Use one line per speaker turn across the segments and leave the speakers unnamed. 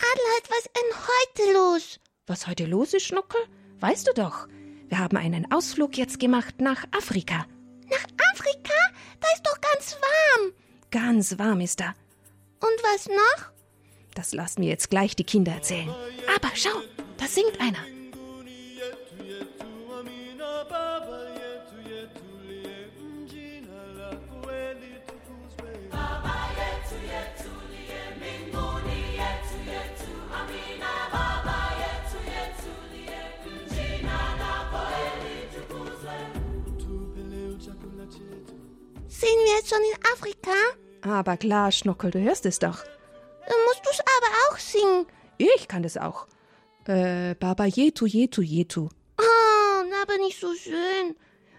halt, was ist denn heute los?
Was heute los ist, Schnuckel? Weißt du doch. Wir haben einen Ausflug jetzt gemacht nach Afrika.
Nach Afrika? Da ist doch ganz warm.
Ganz warm ist da.
Und was noch?
Das lassen mir jetzt gleich die Kinder erzählen. Aber schau, da singt einer.
Sehen wir jetzt schon in Afrika?
Aber klar, Schnuckel, du hörst es doch.
Dann Äh, musst du's aber auch singen.
Ich kann das auch. Äh, Baba Jetu, Jetu, Jetu.
Oh, aber nicht so schön.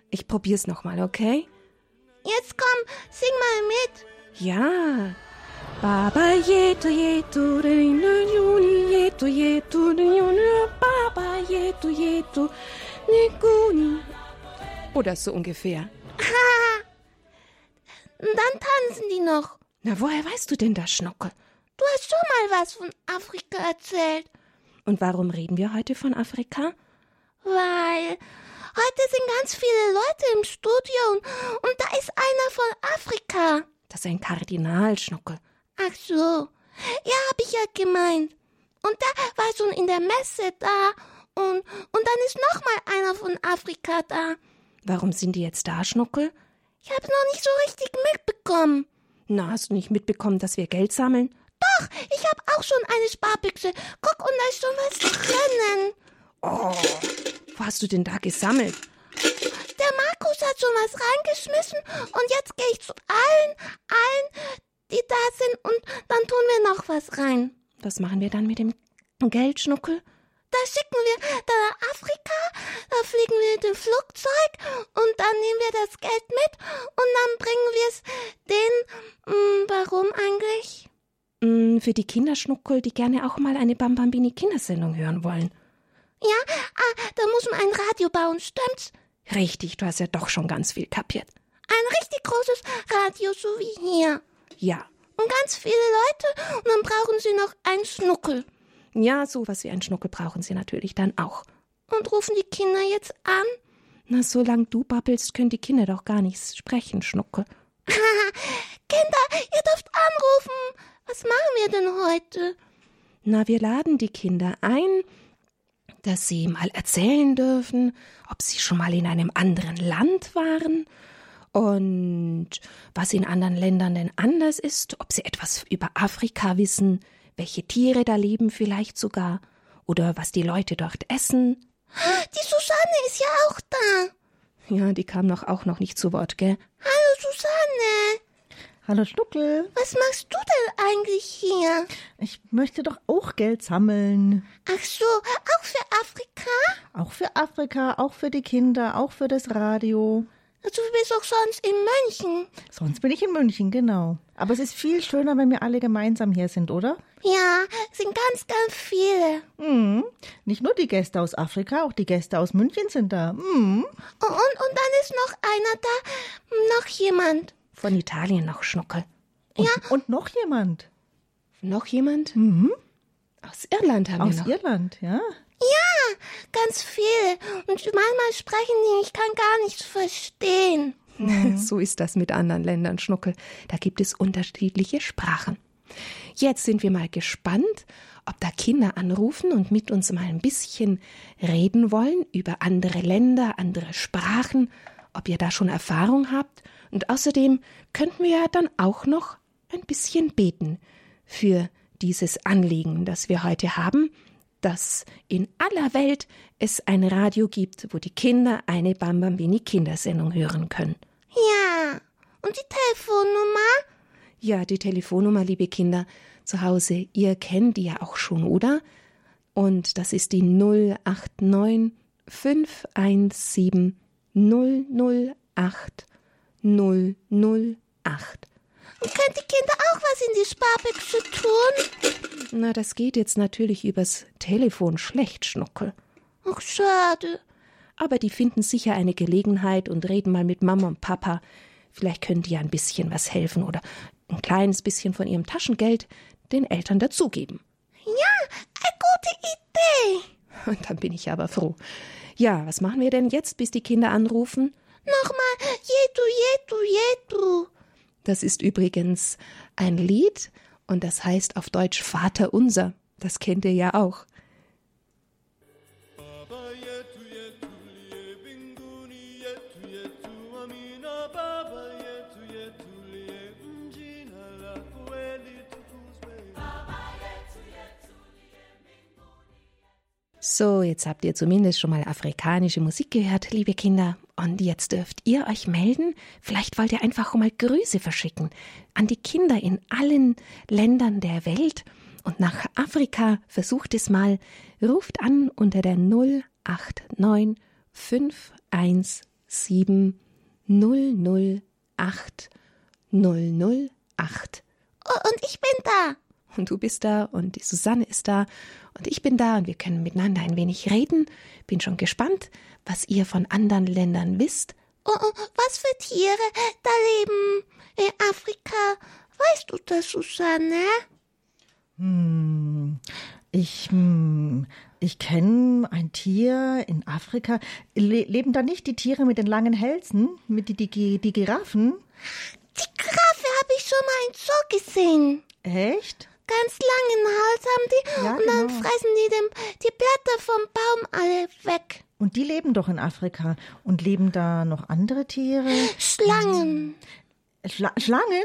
Ich probier's nochmal, okay?
Jetzt komm, sing mal mit.
Ja. Baba Jetu, Jetu, Rinu, Juni, Jetu, Jetu, Rinu, Baba Jetu, Jetu, Nikuni. Oder so ungefähr.
Ha. Und dann tanzen die noch.
Na, woher weißt du denn das, Schnuckel?
Du hast schon mal was von Afrika erzählt.
Und warum reden wir heute von Afrika?
Weil heute sind ganz viele Leute im Studio und, und da ist einer von Afrika.
Das ist ein Kardinal, Schnuckel.
Ach so. Ja, hab ich ja gemeint. Und da war schon in der Messe da und, und dann ist nochmal einer von Afrika da.
Warum sind die jetzt da, Schnuckel?
Ich hab's noch nicht so richtig mitbekommen.
Na, hast du nicht mitbekommen, dass wir Geld sammeln?
Doch, ich hab auch schon eine Sparbüchse. Guck, und da ist schon was drinnen.
Oh, wo hast du denn da gesammelt?
Der Markus hat schon was reingeschmissen und jetzt gehe ich zu allen, allen, die da sind und dann tun wir noch was rein.
Was machen wir dann mit dem Geld, Schnuckel?
Da schicken wir dann nach Afrika, da fliegen wir mit dem Flugzeug und dann nehmen wir das Geld mit und dann bringen wir es den. Hm, warum eigentlich?
Hm, für die Kinderschnuckel, die gerne auch mal eine Bambambini Kindersendung hören wollen.
Ja, ah, da muss man ein Radio bauen, stimmt's?
Richtig, du hast ja doch schon ganz viel kapiert.
Ein richtig großes Radio, so wie hier.
Ja.
Und ganz viele Leute und dann brauchen sie noch einen Schnuckel.
Ja, sowas wie einen Schnuckel brauchen sie natürlich dann auch.
Und rufen die Kinder jetzt an?
Na, solange du babbelst, können die Kinder doch gar nichts sprechen, Schnuckel.
Kinder, ihr dürft anrufen. Was machen wir denn heute?
Na, wir laden die Kinder ein, dass sie mal erzählen dürfen, ob sie schon mal in einem anderen Land waren und was in anderen Ländern denn anders ist, ob sie etwas über Afrika wissen, welche Tiere da leben vielleicht sogar oder was die Leute dort essen.
Die Susanne ist ja auch da.
Ja, die kam noch auch noch nicht zu Wort, gell?
Hallo Susanne,
Hallo Schnuckel,
was machst du denn eigentlich hier?
ich möchte doch auch Geld sammeln.
Ach so, auch für Afrika?
Auch für Afrika, auch für die Kinder, auch für das Radio.
Also, Du bist doch sonst in München.
Sonst bin ich in München, genau. Aber es ist viel schöner, wenn wir alle gemeinsam hier sind, oder?
Ja, sind ganz, ganz viele.
Mhm. Nicht nur die Gäste aus Afrika, auch die Gäste aus München sind da. Mhm.
Und, Oh, und, und dann ist noch einer da, noch jemand.
Von Italien noch, Schnuckel.
Und, und noch jemand
Noch jemand? Mhm. Aus Irland haben
aus
wir noch.
Irland, ja?
Ja, ganz viele. Und manchmal sprechen die, ich kann gar nichts verstehen.
So ist das mit anderen Ländern, Schnuckel. Da gibt es unterschiedliche Sprachen. Jetzt sind wir mal gespannt, ob da Kinder anrufen und mit uns mal ein bisschen reden wollen über andere Länder, andere Sprachen, ob ihr da schon Erfahrung habt. Und außerdem könnten wir ja dann auch noch ein bisschen beten für dieses Anliegen, das wir heute haben, dass in aller Welt es ein Radio gibt, wo die Kinder eine Bambambini Kindersendung hören können.
Ja. Und die Telefonnummer?
Ja, die Telefonnummer, liebe Kinder, zu Hause, ihr kennt die ja auch schon, oder? Und das ist die 089 517 008 008.
Und können die Kinder auch was in die Sparbüchse tun?
Na, das geht jetzt natürlich übers Telefon schlecht, Schnuckel.
Ach, schade.
Aber die finden sicher eine Gelegenheit und reden mal mit Mama und Papa. Vielleicht können die ja ein bisschen was helfen oder ein kleines bisschen von ihrem Taschengeld den Eltern dazugeben.
Yay!
Und dann bin ich aber froh. Ja, was machen wir denn jetzt, bis die Kinder anrufen?
Nochmal Jedu, Jedu, Jedu.
Das ist übrigens ein Lied und das heißt auf Deutsch Vater unser. Das kennt ihr ja auch.
Baba yetu yetu liye binguni yetu yetu amina Baba yetu yetu liye mjina la kweli tukuzwe
So, jetzt habt ihr zumindest schon mal afrikanische Musik gehört, liebe Kinder. Und jetzt dürft ihr euch melden. Vielleicht wollt ihr einfach mal Grüße verschicken an die Kinder in allen Ländern der Welt. Und nach Afrika versucht es mal. Ruft an unter der 089 517 008 008.
Oh, und ich bin da.
Und du bist da und die Susanne ist da und ich bin da und wir können miteinander ein wenig reden. Bin schon gespannt, was ihr von anderen Ländern wisst.
Oh, oh, was für Tiere da leben in Afrika. Weißt du das, Susanne?
Ich, hm, ich kenne ein Tier in Afrika. Le leben da nicht die Tiere mit den langen Hälsen, mit die, die, Gi- die Giraffen?
Die Giraffe habe ich schon mal in Zoo gesehen.
Echt?
Ganz langen Hals haben die
Ja,
und dann
genau.
fressen die den, die Blätter vom Baum alle weg.
Und die leben doch in Afrika. Und leben da noch andere Tiere? Mhm.
Schlangen.
Schla Schlangen?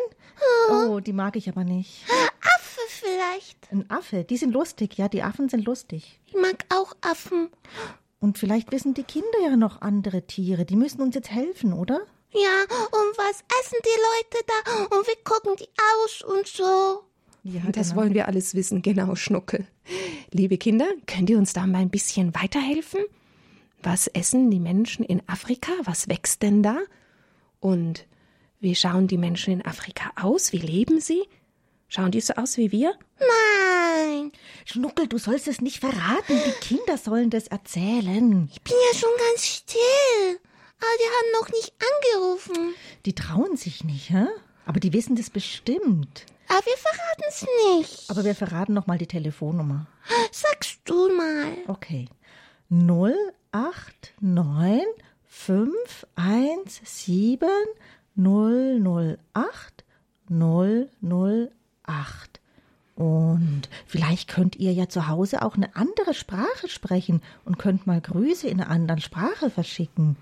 Oh, die mag ich aber nicht.
Affe vielleicht.
Ein Affe, die sind lustig, ja, die Affen sind lustig.
Ich mag auch Affen.
Und vielleicht wissen die Kinder ja noch andere Tiere. Die müssen uns jetzt helfen, oder?
Ja, und was essen die Leute da und wie gucken die aus und so.
Ja,
Das wollen wir alles wissen, genau, Schnuckel. Liebe Kinder, könnt ihr uns da mal ein bisschen weiterhelfen? Was essen die Menschen in Afrika? Was wächst denn da? Und wie schauen die Menschen in Afrika aus? Wie leben sie? Schauen die so aus wie wir?
Nein,
Schnuckel, du sollst es nicht verraten. Die Kinder sollen das erzählen.
ich bin ja schon ganz still. Aber die haben noch nicht angerufen.
Die trauen sich nicht, hä? Aber die wissen das bestimmt.
Aber Ah, wir verraten es nicht.
Aber wir verraten nochmal die Telefonnummer.
Sagst du mal.
Okay. 089 517 008 008. Und vielleicht könnt ihr ja zu Hause auch eine andere Sprache sprechen und könnt mal Grüße in einer anderen Sprache verschicken.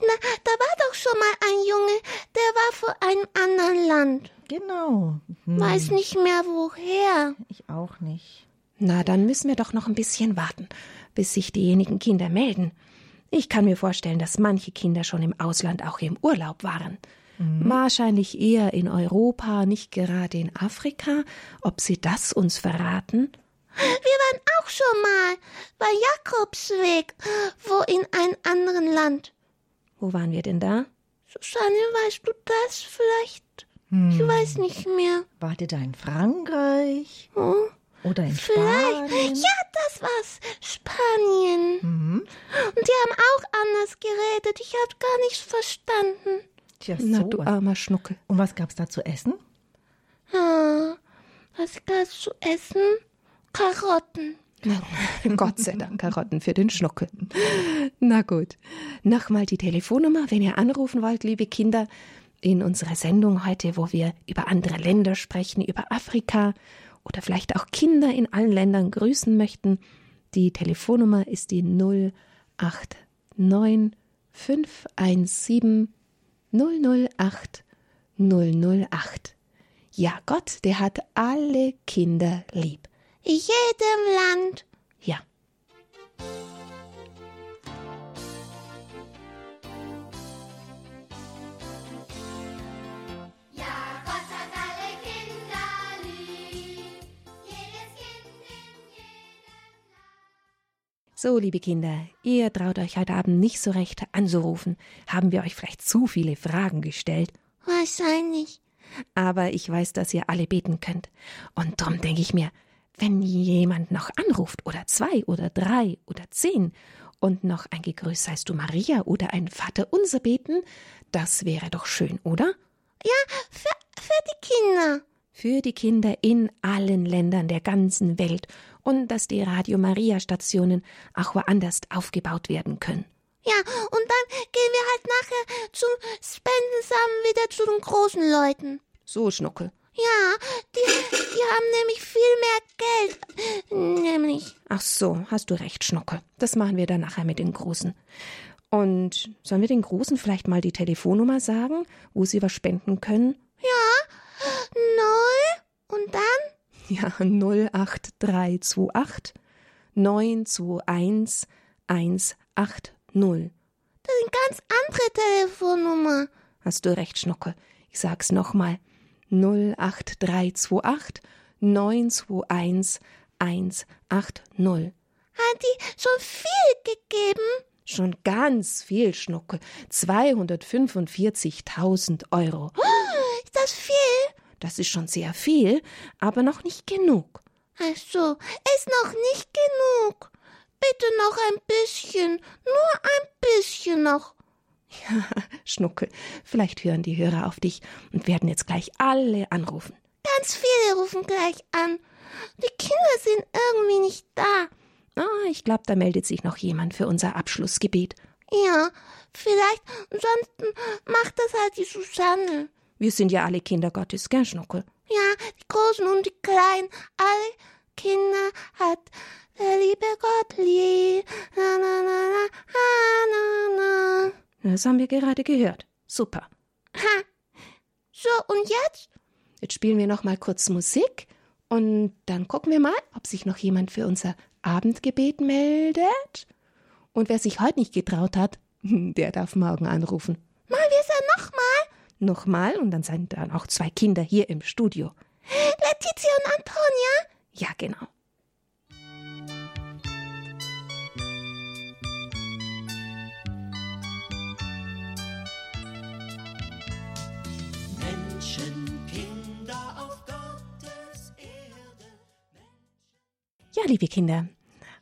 Na, da war doch schon mal ein Junge, der war vor einem anderen Land.
Genau. Hm,
Weiß nicht mehr woher.
Ich auch nicht.
Na, dann müssen wir doch noch ein bisschen warten, bis sich diejenigen Kinder melden. Ich kann mir vorstellen, dass manche Kinder schon im Ausland auch im Urlaub waren. Mhm. Wahrscheinlich eher in Europa, nicht gerade in Afrika. Ob sie das uns verraten?
Wir waren auch schon mal bei Jakobsweg, wo in einem anderen Land.
Wo waren wir denn da?
Susanne, weißt du das vielleicht? Ich weiß nicht mehr.
Wartet da in Frankreich
Hm?
Oh,
oder in
vielleicht.
Spanien?
Ja, das war's. Spanien.
Mhm.
Und die haben auch anders geredet. Ich hab gar nichts verstanden.
Tja,
Na,
so
du äh
was.
armer Schnuckel.
Und was gab's da zu essen?
Ah, was gab's zu essen? Karotten.
Gott sei Dank Karotten für den Schnuckel. Na gut. Nochmal die Telefonnummer, wenn ihr anrufen wollt, liebe Kinder, in unserer Sendung heute, wo wir über andere Länder sprechen, über Afrika oder vielleicht auch Kinder in allen Ländern grüßen möchten. Die Telefonnummer ist die 089 517 008 008. Ja, Gott, der hat alle Kinder lieb.
In jedem Land.
Ja.
Ja, Gott hat alle Kinder lieb, jedes Kind in jedem Land.
So, liebe Kinder, ihr traut euch heute Abend nicht so recht anzurufen. Haben wir euch vielleicht zu viele Fragen gestellt?
Wahrscheinlich.
Aber ich weiß, dass ihr alle beten könnt. Und drum denke ich mir, wenn jemand noch anruft oder zwei oder drei oder zehn und noch ein Gegrüßt seist du Maria oder ein Vater unser beten, das wäre doch schön, oder?
Für die Kinder.
für die Kinder in allen Ländern der ganzen Welt und dass die Radio Maria Stationen auch woanders aufgebaut werden können.
Ja, und dann gehen wir halt nachher zum Spendensammeln wieder zu den großen Leuten.
So, Schnuckel.
Ja, die, die haben nämlich viel mehr Geld. Nämlich.
Ach so, hast du recht, Schnuckel. Das machen wir dann nachher mit den Großen. Und sollen wir den Großen vielleicht mal die Telefonnummer sagen, wo sie was spenden können?
Null und dann
Ja, 08328 921 180.
eine ganz andere Telefonnummer.
Hast du recht, Schnuckel. Ich sag's nochmal. 08328 921 180.
Hat die schon viel gegeben?
Schon ganz viel, Schnuckel. 245.000 Euro.
Ist das viel?
Das ist schon sehr viel, aber noch nicht genug.
Ach so, ist noch nicht genug. Bitte noch ein bisschen, nur ein bisschen noch.
Schnuckel, vielleicht hören die Hörer auf dich und werden jetzt gleich alle anrufen.
Ganz viele rufen gleich an. Die Kinder sind irgendwie nicht da.
Ah, ich glaube, da meldet sich noch jemand für unser Abschlussgebet.
Ja, vielleicht, ansonsten macht das halt die Susanne.
Wir sind ja alle Kinder Gottes, gell, Schnuckel?
Ja, die Großen und die Kleinen, alle Kinder hat der liebe Gott lieb. Na, na, na, na, na, na, na.
Das haben wir gerade gehört. Super.
So, und jetzt?
Jetzt spielen wir noch mal kurz Musik und dann gucken wir mal, ob sich noch jemand für unser Abendgebet meldet. Und wer sich heute nicht getraut hat, der darf morgen anrufen.
Mal wir es ja nochmal.
Nochmal und dann sind dann auch zwei Kinder hier im Studio.
Letizia und Antonia?
Ja, genau.
Menschenkinder auf Gottes Erde.
Ja, liebe Kinder,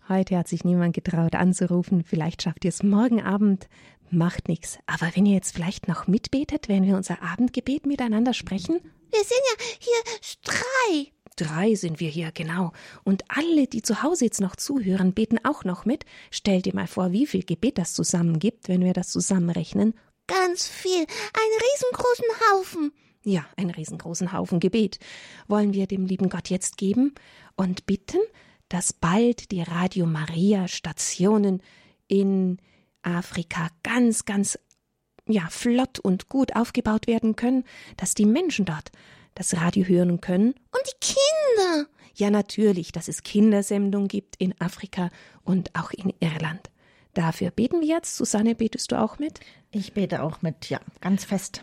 heute hat sich niemand getraut anzurufen. Vielleicht schafft ihr es morgen Abend. Macht nichts. Aber wenn ihr jetzt vielleicht noch mitbetet, wenn wir unser Abendgebet miteinander sprechen,
Wir sind ja hier drei.
Drei sind wir hier, genau. Und alle, die zu Hause jetzt noch zuhören, beten auch noch mit. Stell dir mal vor, wie viel Gebet das zusammen gibt, wenn wir das zusammenrechnen.
Ganz viel. Einen riesengroßen Haufen.
Ja, einen riesengroßen Haufen Gebet wollen wir dem lieben Gott jetzt geben und bitten, dass bald die Radio Maria Stationen in Afrika ganz, ganz ja, flott und gut aufgebaut werden können, dass die Menschen dort das Radio hören können
Und die Kinder.
ja, natürlich, dass es Kindersendung gibt in Afrika und auch in Irland. Dafür beten wir jetzt. Susanne, betest du auch mit?
Ich bete auch mit, ja, ganz fest.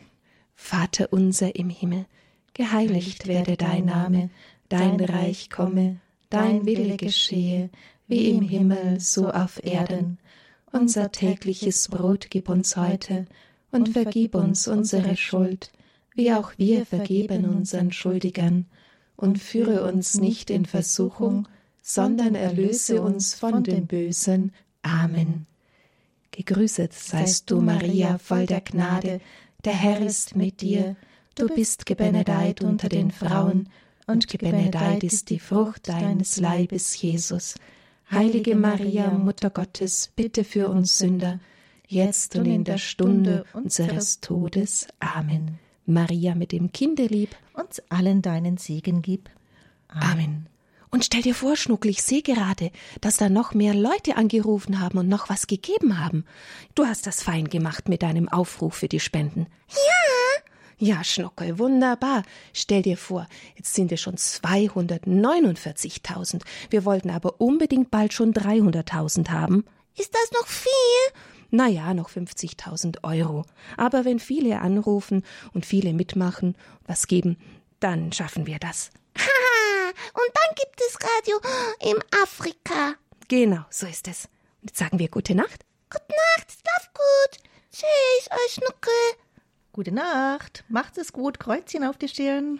Vater unser im Himmel, geheiligt werde dein Name, dein Reich komme, dein Wille geschehe, wie im Himmel so auf Erden. Unser tägliches Brot gib uns heute und vergib uns unsere Schuld, wie auch wir vergeben unseren Schuldigern. Und führe uns nicht in Versuchung, sondern erlöse uns von dem Bösen. Amen. Gegrüßet seist du, Maria, voll der Gnade, der Herr ist mit dir. Du bist gebenedeit unter den Frauen, und gebenedeit ist die Frucht deines Leibes, Jesus. Heilige Maria, Mutter Gottes, bitte für uns Sünder, jetzt und in der Stunde unseres Todes. Amen. Maria mit dem Kinderlieb.
Uns allen deinen Segen gib.
Amen. Und stell dir vor, Schnuckel, ich sehe gerade, dass da noch mehr Leute angerufen haben und noch was gegeben haben. Du hast das fein gemacht mit deinem Aufruf für die Spenden. Ja. Ja, Schnuckel, wunderbar. Stell dir vor, jetzt sind wir schon 249.000. Wir wollten aber unbedingt bald schon 300.000 haben.
Ist das noch viel?
Naja, noch 50.000 Euro. Aber wenn viele anrufen und viele mitmachen, was geben, dann schaffen wir das.
Haha. Und dann gibt es Radio im Afrika.
Genau, so ist es. Und jetzt sagen wir gute Nacht.
Gute Nacht, schlaf gut. Tschüss, euer Schnuckel.
Gute Nacht, macht es gut, Kreuzchen auf die Stirn.